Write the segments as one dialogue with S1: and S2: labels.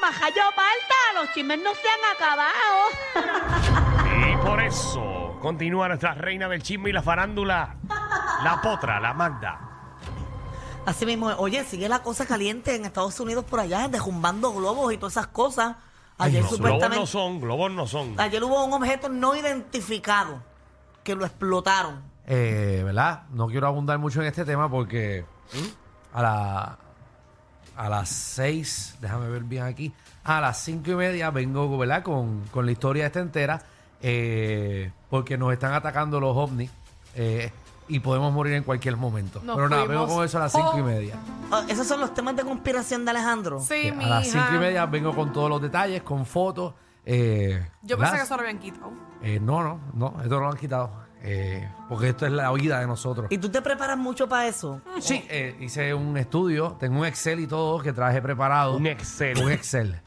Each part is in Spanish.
S1: Majayo Balta, los chismes no se han acabado.
S2: Y por eso continúa nuestra reina del chisme y la farándula, la potra, la Magda.
S3: Así mismo, es. oye, sigue la cosa caliente en Estados Unidos por allá, derrumbando globos y todas esas cosas. Ayer
S2: Los globos no
S3: supuestamente,
S2: son, globos no son.
S3: ayer hubo un objeto no identificado que lo explotaron.
S4: Eh, ¿Verdad? No quiero abundar mucho en este tema porque a, la, a las seis, déjame ver bien aquí, a las cinco y media vengo ¿verdad? Con, con la historia esta entera eh, porque nos están atacando los ovnis eh, y podemos morir en cualquier momento.
S5: Nos
S4: Pero nada, vengo
S5: fuimos.
S4: con eso a las cinco y
S5: Oh.
S4: media.
S3: Ah, Esos son los temas de conspiración de Alejandro.
S5: Sí,
S4: a
S5: mija.
S4: las cinco y media vengo con todos los detalles, con fotos. eh,
S5: Yo
S4: ¿verdad?
S5: pensé que eso lo habían quitado.
S4: Eh, no, no, no, esto no lo han quitado. eh, porque esto es la vida de nosotros.
S3: ¿Y tú te preparas mucho para eso?
S4: Sí, eh, hice un estudio, tengo un Excel y todo que traje preparado.
S2: Un Excel.
S4: Un Excel.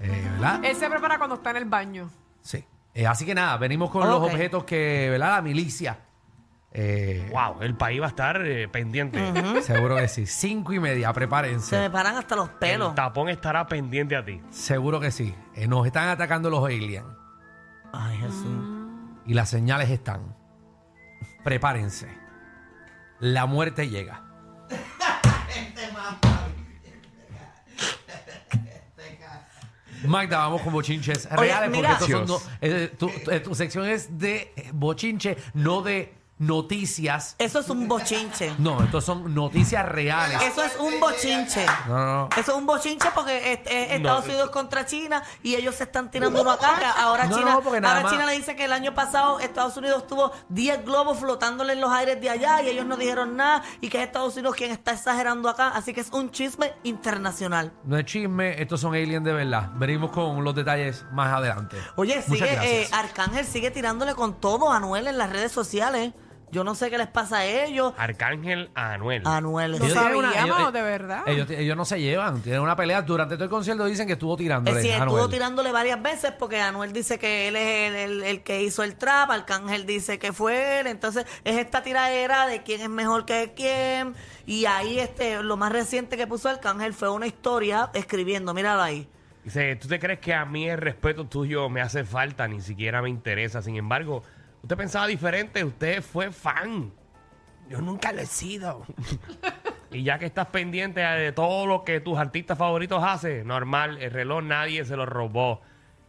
S4: Eh, ¿Verdad?
S5: Él se prepara cuando está en el baño.
S4: Sí. Eh, así que nada, venimos con los
S3: Ok.
S4: objetos que, ¿verdad? La milicia. Eh,
S2: Wow, el país va a estar eh, pendiente.
S4: Seguro que sí. Cinco y
S3: Se
S4: media,
S3: me
S4: prepárense.
S3: paran hasta los pelos.
S2: El tapón estará pendiente a ti.
S4: Seguro que sí. Eh, nos están atacando los aliens
S3: Ay, Jesús.
S4: y las señales están. Prepárense. La muerte llega. Magda, vamos con bochinches
S3: Oye,
S4: reales
S3: mira.
S4: porque estos son no- eh, tu, tu- eh, tu sección es de eh, bochinche, no de noticias.
S3: Eso es un bochinche.
S4: No, estos son noticias reales.
S3: Eso es un bochinche.
S4: No, no, no.
S3: Eso es un bochinche porque es- es
S4: eh,
S3: Estados Unidos contra China y ellos se están tirando uno acá. que Ahora,
S4: No,
S3: China,
S4: no, porque nada
S3: ahora
S4: más-
S3: China le dice que el año pasado Estados Unidos tuvo 10 globos flotándole en los aires de allá y ellos no dijeron nada y que es Estados Unidos quien está exagerando acá. Así que es un chisme internacional.
S4: No es chisme, estos son aliens de verdad. Venimos con los detalles más adelante.
S3: Oye,
S4: Muchas
S3: sigue, eh,
S4: gracias.
S3: Arcángel sigue tirándole con todo a Anuel en las redes sociales. Yo no sé qué les pasa a ellos.
S2: Arcángel Anuel.
S3: Anuel.
S5: No
S4: Ellos tienen una-
S5: sabíamos,
S4: ellos-
S5: de verdad.
S4: Ellos, ellos no se llevan, tienen una pelea. Durante todo el concierto dicen que estuvo tirando.
S3: Es decir, estuvo tirándole varias veces porque Anuel dice que él es el, el- el que hizo el trap, Arcángel dice que fue él, entonces es esta tiradera de quién es mejor que quién. Y ahí este lo más reciente que puso Arcángel fue una historia escribiendo, míralo ahí.
S2: Dice, ¿tú te crees que a mí el respeto tuyo me hace falta? Ni siquiera me interesa. Sin embargo, usted pensaba diferente, usted fue fan. Yo nunca lo he sido. y ya que estás pendiente de todo lo que tus artistas favoritos hacen, normal, el reloj nadie se lo robó.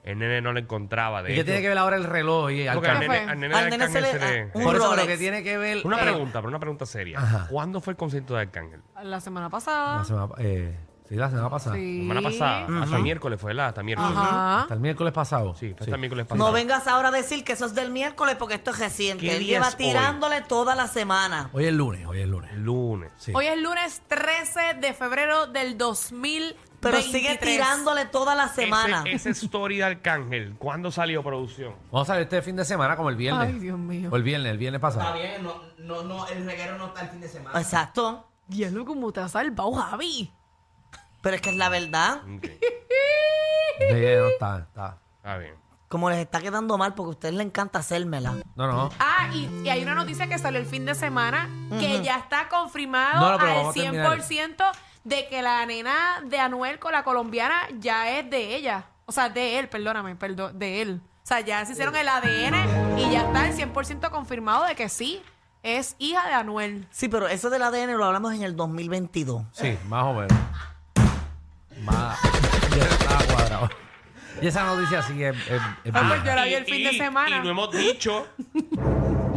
S2: El nene no lo encontraba. De
S4: ¿Y qué
S2: hecho,
S4: tiene que ver ahora el reloj y
S2: porque al
S4: Arcángel?
S2: nene,
S5: fue?
S2: al nene
S3: Al
S2: de
S3: nene se
S2: Arcángel
S3: le-
S2: se le-
S3: ah, un
S4: Por eso lo
S3: Rolex.
S4: que tiene que ver.
S2: Una
S4: eh,
S2: pregunta, pero una pregunta seria.
S4: Ajá.
S2: ¿Cuándo fue el concierto de Arcángel?
S5: La semana pasada.
S4: la semana, eh, sí, la semana pasada.
S5: Sí.
S2: La semana pasada. Hasta miércoles fue, ¿verdad? Hasta miércoles.
S5: Ajá.
S4: Hasta el miércoles pasado.
S2: Sí, fue hasta miércoles pasado.
S3: No vengas ahora a decir que eso es del miércoles porque esto es
S2: ¿Qué
S3: reciente. Él
S2: día
S3: lleva
S2: es hoy?
S3: tirándole toda la semana.
S4: Hoy es el lunes, hoy es el lunes.
S2: Lunes.
S4: Sí.
S5: Hoy es lunes 13 de febrero del 2000.
S3: Pero sigue tirándole toda la semana.
S2: Ese, esa story de Arcángel, ¿cuándo salió producción?
S4: Vamos a ver este fin de semana como el viernes.
S5: Ay, Dios mío.
S4: O el viernes, el viernes pasado.
S6: Está bien, no, no, no, el reguero no está el fin de semana.
S3: Exacto.
S5: Y es lo como te ha salvado, Javi.
S3: Pero es que es la verdad.
S2: Ok,
S4: Sí, no, está, está.
S2: Está bien.
S3: Como les está quedando mal porque a ustedes les encanta hacérmela.
S4: No, no.
S5: Ah, y, y hay una noticia que salió el fin de semana que ya está
S4: No,
S5: confirmado
S4: no, pero
S5: al
S4: vamos a terminar.
S5: 100% de que la nena de Anuel con la colombiana ya es de ella. O sea, de él, perdóname, perdón, de él. O sea, ya se hicieron el ADN y ya está el 100% confirmado de que sí, es hija de Anuel.
S3: Sí, pero eso del ADN lo hablamos en el 2022.
S4: Sí, más o menos. Más. Ya estaba cuadrado. Y esa noticia sí es. es- es
S5: Ah,
S4: vieja.
S5: pues yo la vi el fin de semana.
S2: Y no hemos dicho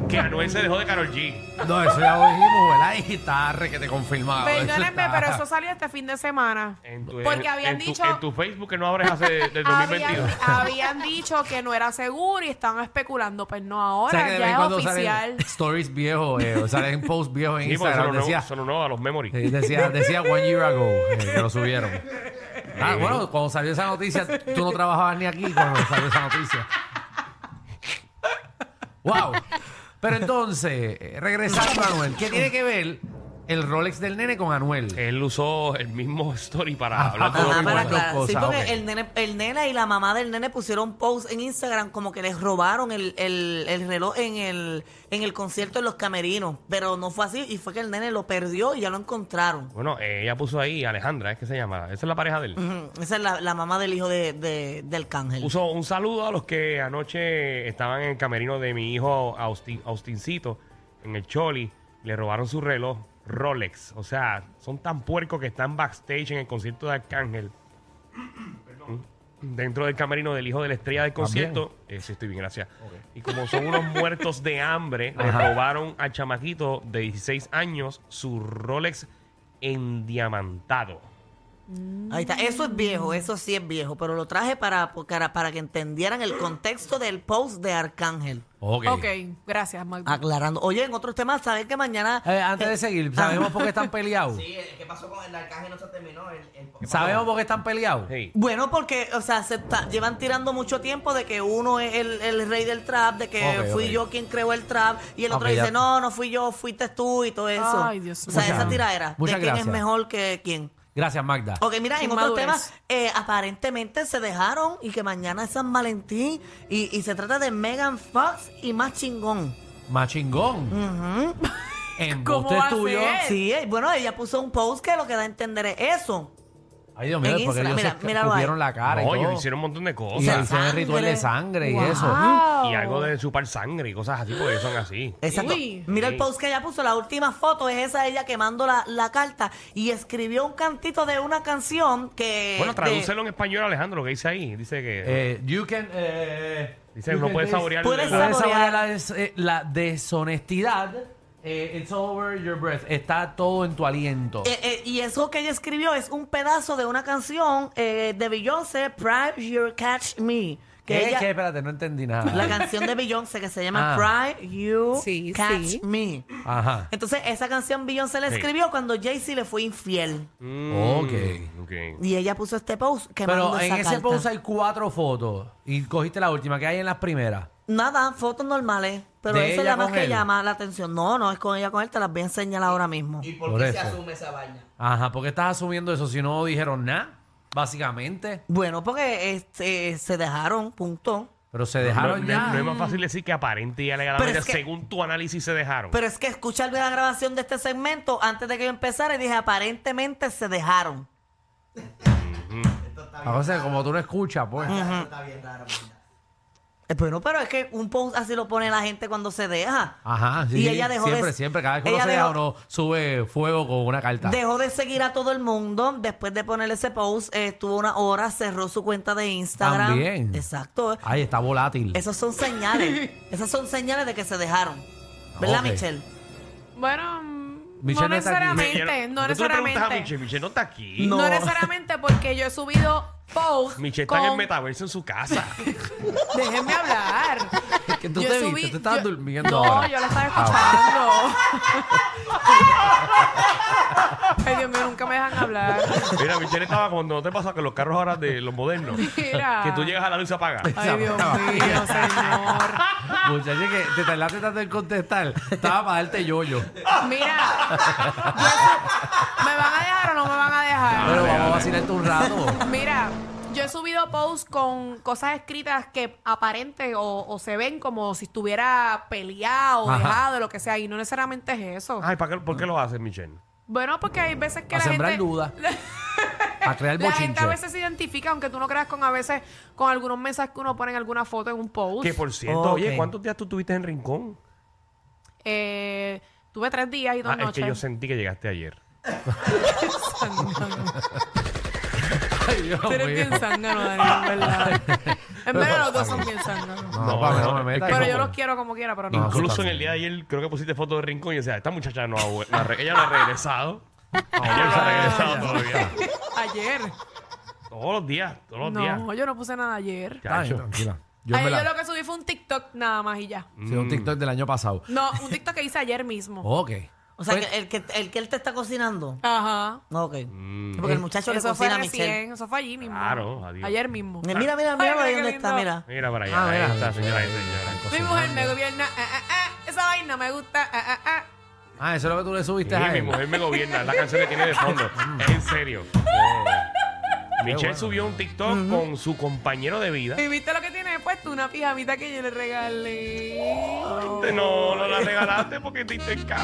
S2: que Anuel se dejó de Carol G.
S4: No, eso ya lo dijimos, ¿verdad? Y está re que te confirmaba.
S5: Perdónenme, pero eso salió este fin de semana.
S2: En tu,
S5: Porque
S2: en-
S5: habían
S2: en tu-
S5: dicho-
S2: en tu Facebook que no abres hace del
S5: Habían,
S2: 2022.
S5: habían dicho que no era seguro y estaban especulando, pues no
S4: O sea,
S5: ahora,
S4: que de vez en
S5: ya es
S4: cuando
S5: oficial.
S4: salen stories viejos, eh, o salen posts viejos en
S2: Sí, porque
S4: Instagram.
S2: son los
S4: Decía,
S2: nuevos- son los nuevos a los memories.
S4: eh, decía, decía one year ago eh, que lo subieron. Ah, bueno, cuando salió esa noticia, tú no trabajabas ni aquí cuando salió esa noticia. ¡Wow! Pero entonces, eh, regresando a Anuel, ¿qué tiene que ver el Rolex del nene con Anuel?
S2: Él usó el mismo story para
S4: Ajá,
S2: hablar de
S4: ajá,
S2: lo
S3: Ajá,
S2: mismo.
S3: para
S4: dos
S3: aclarar. Sí,
S4: cosas,
S3: porque
S4: ok.
S3: el, nene, el nene y la mamá del nene pusieron post en Instagram como que les robaron el, el- el reloj en el, en el concierto en los camerinos. Pero no fue así y fue que el nene lo perdió y ya lo encontraron.
S2: Bueno, eh, ella puso ahí Alejandra, es que se llama. Esa es la pareja de él.
S3: Ujú, Esa es la, la mamá del hijo de, de- del cángel.
S2: Puso un saludo a los que anoche estaban en el camerino de mi hijo Austin, Austincito, en el Choli. Le robaron su reloj Rolex. O sea, son tan puercos que están backstage en el concierto de Arcángel. Perdón. Dentro del camerino del hijo de la estrella del
S4: ¿También?
S2: concierto. Eh, sí, estoy bien, gracias. Y como son unos muertos de hambre, le
S4: Ajá.
S2: robaron al chamaquito de 16 años su Rolex endiamantado.
S3: Ahí está. Eso es viejo, eso sí es viejo. Pero lo traje para, para, para que entendieran el contexto del post de Arcángel.
S4: Ok. Ah,
S5: Ok, gracias, Magda.
S3: Aclarando. Oye, en otros temas, saber que mañana.
S4: Eh, antes de seguir, ¿sabemos por qué están peleados?
S6: Sí, el que pasó con el arcángel no se terminó. El, el-
S4: ¿Sabemos por qué están peleados?
S2: Hey.
S3: Bueno, porque, o sea, se está- llevan tirando mucho tiempo de que uno es el, el rey del trap, de que
S4: Ok,
S3: fui
S4: ok.
S3: yo quien creó el trap, y el otro
S4: Ok, ya.
S3: dice, no, no fui yo, fuiste tú y todo eso.
S5: Ay, Dios
S3: o sea,
S4: mío.
S3: esa
S4: Muchas-
S3: tiradera de
S4: muchas
S3: quién es
S4: gracias.
S3: mejor que quién.
S4: Gracias, Magda.
S3: Ok, mira, en
S5: Sin
S3: otros
S5: madurez.
S3: temas, eh, aparentemente se dejaron y que mañana es San Valentín y, y se trata de Megan Fox y más chingón.
S4: Machingón. En
S5: ¿Cómo
S4: gusto
S5: va a
S4: tuyo.
S5: ser?
S3: Sí, eh, bueno, ella puso un post que lo que da a entender es eso.
S4: Ay, Dios mío,
S3: En
S4: porque ellos
S3: Instagram,
S4: se
S3: mira, míralo ahí.
S4: escupieron la cara
S2: No,
S4: y
S2: ellos
S4: todo.
S2: hicieron un montón de cosas.
S4: Y se hizo
S3: Sangre.
S4: el ritual de sangre y eso.
S5: Wow.
S2: y algo de chupar sangre y cosas así, porque son así.
S3: Exacto.
S5: Uy.
S3: Mira el
S2: Sí.
S3: post que ella puso, la última foto es esa de ella quemando la, la carta y escribió un cantito de una canción que...
S2: Bueno,
S3: Eh, de-
S2: tradúcelo en español, Alejandro, lo que dice ahí. Dice que.
S4: Eh, you can. eh,
S2: dice
S4: you
S2: no
S4: can
S2: puedes
S4: des-
S2: saborear.
S3: Puedes
S2: la-
S4: Puedes saborear la, des- eh, la deshonestidad. eh, it's over your breath. Está todo en tu aliento.
S3: eh, eh, y eso que ella escribió es un pedazo de una canción eh, de Beyoncé, Pride Your Catch Me. Que
S4: ¿Qué?
S3: ella,
S4: Eh, ¿Qué? Espérate, no entendí nada.
S3: La canción de Beyoncé que se llama
S4: Ah.
S3: Pride You
S5: Sí,
S3: Catch
S5: sí.
S3: Me.
S4: Ajá.
S3: Entonces, esa canción Beyoncé la
S2: Sí.
S3: escribió cuando Jay-Z le fue infiel.
S2: Mm,
S4: Ok.
S2: ok.
S3: Y ella puso este post quemando
S4: Pero en
S3: esa
S4: ese
S3: carta.
S4: post hay cuatro fotos. Y cogiste la última. que hay en las primeras?
S3: Nada, fotos normales. Pero
S4: ¿De
S3: esa es
S4: ella
S3: la más
S4: con
S3: que
S4: él?
S3: llama la atención. No, no, es con ella con él. Te las voy a enseñar ahora mismo.
S6: ¿Y por,
S4: Por
S6: qué se
S4: eso.
S6: asume esa vaina?
S4: Ajá, porque estás asumiendo eso si no dijeron nada, básicamente.
S3: Bueno, porque este, se dejaron, punto.
S4: Pero se
S2: No,
S4: dejaron
S2: no-
S4: ya.
S2: no es más fácil decir que aparente y
S3: Pero
S2: alegadamente,
S3: es que-
S2: según tu análisis, se dejaron.
S3: Pero es que escuchar la grabación de este segmento antes de que yo empezara y dije, aparentemente se dejaron.
S4: Ah, O sea, como tú no escuchas, pues.
S6: Eso está bien raro, Magda.
S3: Eh, Bueno, pero es que un post así lo pone la gente cuando se deja.
S4: Ajá, sí.
S3: Y ella dejó de-
S4: siempre, siempre. Cada vez que uno
S3: ella
S4: se
S3: dejó-
S4: deja, uno sube fuego con una carta.
S3: Dejó de seguir a todo el mundo después de poner ese post. eh, estuvo una hora, cerró su cuenta de Instagram.
S4: También.
S3: Exacto.
S4: Ay, está volátil.
S3: Esas son señales. Esas son señales de que se dejaron. ¿Verdad,
S4: Ok.
S3: Michelle?
S5: Bueno, mm,
S4: Michelle
S5: no
S4: no está aquí.
S5: necesariamente, no
S2: Tú le preguntas a
S5: necesariamente.
S2: Michelle, Michelle no está aquí.
S5: No necesariamente porque yo he subido posts
S2: Michelle está en el
S5: con...
S2: metaverso en su casa.
S5: Déjenme hablar.
S4: que tú
S5: Yo
S4: te
S5: subí-
S4: viste, tú estabas
S5: yo-
S4: durmiendo
S5: No,
S4: ahora.
S5: yo la estaba
S4: Ah,
S5: escuchando. Ay, Dios mío, nunca me dejan hablar.
S2: Mira, Michelle estaba cuando no te pasa que los carros ahora de los modernos.
S5: Mira.
S2: Que tú llegas a la luz y se apaga.
S5: Ay, Dios mío, señor.
S4: Muchacha, que te tardaste tanto en contestar. Estaba para darte yoyo.
S5: Mira, yo su- ¿me van a dejar o no me van a dejar?
S4: Pero vamos a vacilarte un rato.
S5: Mira, yo he subido posts con cosas escritas que aparente o, o se ven como si estuviera peleado,
S4: Ajá.
S5: dejado, lo que sea, y no necesariamente es eso.
S2: Ay, ¿para qué- ¿por qué lo haces, Michelle?
S5: Bueno, porque hay veces que
S4: A
S5: la
S4: sembrar
S5: gente...
S4: dudas. A crear
S5: La gente a
S4: bochinche.
S5: veces se identifica, aunque tú no creas con a veces, con algunos mensajes que uno pone en alguna foto en un post.
S2: Que por cierto,
S3: Ok.
S2: oye, ¿cuántos días tú tuviste en Rincón?
S5: Eh, tuve tres días y dos
S2: Ah, es
S5: noches.
S2: que yo sentí que llegaste ayer.
S4: Ay, Dios
S5: Tú eres
S4: mío.
S5: bien zángano, Daniel, en verdad. En verdad, los dos son bien zánganos.
S4: No,
S2: No,
S4: papi, no
S2: no,
S4: me
S2: es
S4: metas.
S2: que
S5: Pero
S2: no
S5: yo
S2: puedo.
S5: los quiero como quiera, pero
S4: No,
S5: no.
S4: eso está
S2: Incluso en el
S4: bien.
S2: día de ayer creo que pusiste fotos de rincón y decía, esta muchacha no, ha vu- no ha re- ella no ha regresado. ella no se ha regresado todavía.
S5: Ayer.
S2: Todos los días, todos los días.
S5: No, yo no puse nada ayer.
S4: Ay,
S2: Chacho.
S4: tranquila. Yo me
S5: Ayer
S4: la...
S5: yo lo que subí fue un TikTok nada más y ya.
S4: Sí, un TikTok del año pasado. Oh.
S5: No, un TikTok que hice ayer mismo.
S4: Ok.
S3: O sea,
S4: Pues-
S3: que el, que, el que él te está cocinando.
S5: Ajá.
S3: No, Ok.
S2: Mm.
S3: Porque el muchacho le
S5: Eh, Eso fue
S3: cocina a
S5: recién,
S3: Michelle. Eh,
S5: eso fue allí mismo.
S2: Claro, adiós.
S5: Ayer mismo.
S3: Mira, mira, mira,
S5: Ay,
S3: mira,
S5: mira qué
S3: dónde está,
S5: lindo.
S3: mira.
S2: Mira para allá.
S4: Ah,
S2: ahí
S4: mira.
S2: está, señora y señora.
S5: Mi mujer me gobierna. ah, ah, ah, Esa vaina me gusta. ah, ah, ah.
S4: Ah, eso es lo que tú le subiste
S2: Sí,
S4: a
S2: mi
S4: él.
S2: mujer me gobierna. es La canción que tiene de fondo. Es en serio. Michelle
S4: bueno.
S2: subió un TikTok con su compañero de vida.
S5: ¿Y viste lo que tiene puesto? Una pijamita que yo le regalé.
S2: No, no la regalaste porque te diste cap.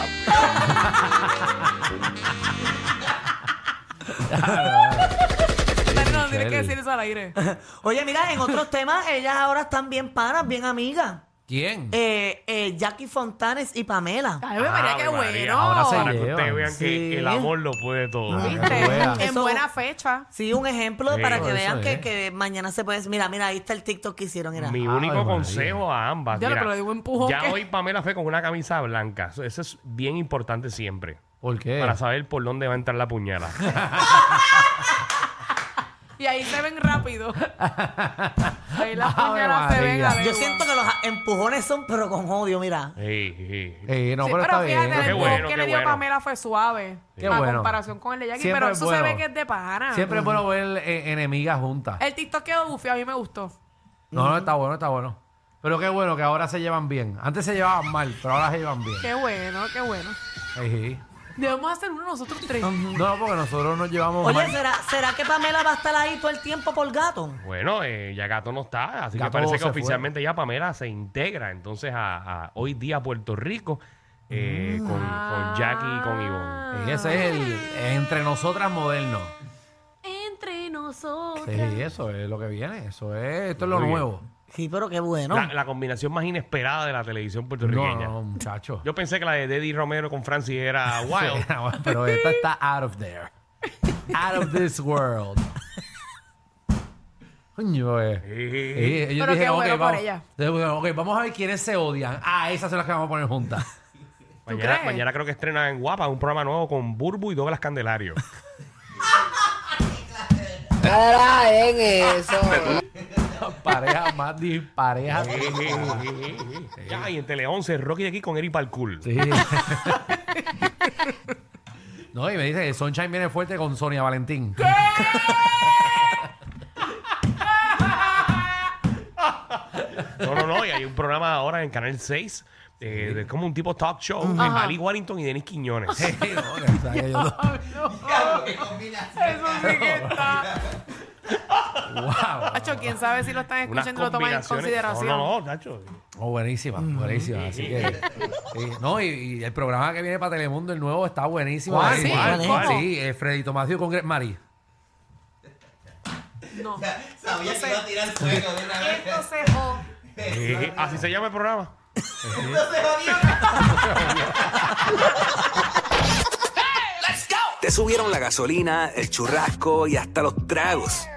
S5: Pero no, tienes que
S4: Michelle.
S5: decir eso al aire.
S3: Oye, mira, en otros temas, ellas ahora están bien panas, bien amigas.
S4: ¿Quién?
S3: Eh, eh, Jackie Fontanes y Pamela.
S5: Ay, me María, qué
S2: Ave María,
S5: bueno.
S4: ahora se
S2: Para que ustedes
S4: llevan.
S2: vean
S3: Sí.
S2: que el amor lo puede todo.
S4: Ah.
S5: ¿Viste?
S4: Vea.
S5: En
S3: Eso-
S5: buena fecha.
S3: Sí, un ejemplo
S2: Sí,
S3: para que
S4: eso
S3: vean que,
S4: es.
S3: que mañana se puede. Mira, mira, ahí está el TikTok que hicieron. Mira.
S2: Mi
S4: Ay,
S2: único
S4: María.
S2: consejo a ambas.
S5: Ya lo-
S2: mira,
S5: pero le digo empujón
S2: ya
S5: que-
S2: hoy Pamela fue con una camisa blanca. Eso, eso es bien importante siempre.
S4: ¿Por qué?
S2: Para saber por dónde va a entrar la puñalada.
S5: Y ahí se ven rápido. Ahí las
S4: Ave
S5: puñalas se ven
S4: María.
S5: a
S3: Yo siento que los empujones son, pero con odio, mira.
S2: Sí, sí.
S4: Eh, no,
S5: Sí,
S4: pero,
S5: pero,
S4: está
S5: fíjate,
S4: bien.
S5: el
S2: Qué
S5: empujón
S2: bueno,
S5: que
S2: qué
S5: le dio
S2: bueno.
S5: Pamela fue suave.
S4: Qué
S5: a
S4: bueno.
S5: comparación con el de Jackie,
S4: Siempre
S5: pero
S4: es
S5: eso se
S4: bueno.
S5: ve que es de pana.
S4: Siempre es bueno ver eh, enemigas juntas.
S5: El TikTok quedó buffy, a mí me gustó.
S4: No, no, está bueno, está bueno. Pero qué bueno que ahora se llevan bien. Antes se llevaban mal, pero ahora se llevan bien.
S5: Qué bueno, qué bueno.
S4: Ey,
S5: Debemos hacer uno nosotros tres.
S4: ey. No, porque nosotros nos llevamos
S3: Oye,
S4: mal.
S3: ¿será, ¿será que Pamela va a estar ahí todo el tiempo por gato?
S2: Bueno, eh, ya Gato no está, así
S4: Gato
S2: que parece que
S4: se
S2: oficialmente ya Pamela se integra entonces a, a hoy día Puerto Rico eh,
S4: Mm.
S2: con, con Jackie y con Ivonne.
S4: Ey, ese es el entre nosotras moderno.
S5: Entre
S4: Sí,
S5: nosotros.
S4: eso es lo que viene. Eso es, esto es lo
S2: Muy bien.
S4: nuevo.
S3: Sí, pero qué bueno.
S2: La, la combinación más inesperada de la televisión
S4: No,
S2: puertorriqueña.
S4: no, no, muchacho.
S2: Yo pensé que la de Deddy Romero con Francis era
S4: Sí,
S2: wild.
S4: pero esta está out of there. Out of this world. Coño, eh.
S2: Sí.
S4: ellos
S5: Pero qué
S4: dijeron, "Ok,
S5: bueno por
S4: vamos,
S5: ella".
S4: Entonces, bueno, ok, vamos a ver quiénes se odian. Ah, esas son las que vamos a poner juntas.
S2: mañana,
S5: crees?
S2: mañana creo que estrena en Guapa un programa nuevo con Burbu y Douglas Candelario.
S4: pareja más dispareja.
S2: Sí, sí, sí, sí. ya, y en Tele 11, Rocky de aquí con Eric Parkour.
S4: Sí. no, y me dice que Sunshine viene fuerte con Sonia Valentín.
S2: No, no, no. Y hay un programa ahora en Canal 6 eh, de como un tipo talk show de Ali Warrington y Denis Quiñones.
S4: Sí, no, que- o sea, que yo-
S5: Eso sí que está.
S4: wow.
S5: Hacho, quién sabe si lo están
S2: Unas
S5: escuchando y lo toman en
S2: combinaciones-
S5: consideración.
S2: No, no, no, Nacho.
S4: Oh, buenísima, buenísima. Así que. sí. No, y, y el programa que viene para Telemundo, el nuevo, está buenísimo.
S3: ¿Cuál?
S4: Sí,
S3: ¿Cuál?
S4: sí,
S3: ¿Cómo?
S4: sí, eh, Freddy Tomacio con Gret Mari.
S5: No.
S6: Sabía que iba a tirar fuego de una vez.
S5: Esto se jod-
S2: Eh, Así se llama el programa.
S6: Entonces, jodió.
S7: Te subieron la gasolina, el churrasco y hasta los tragos.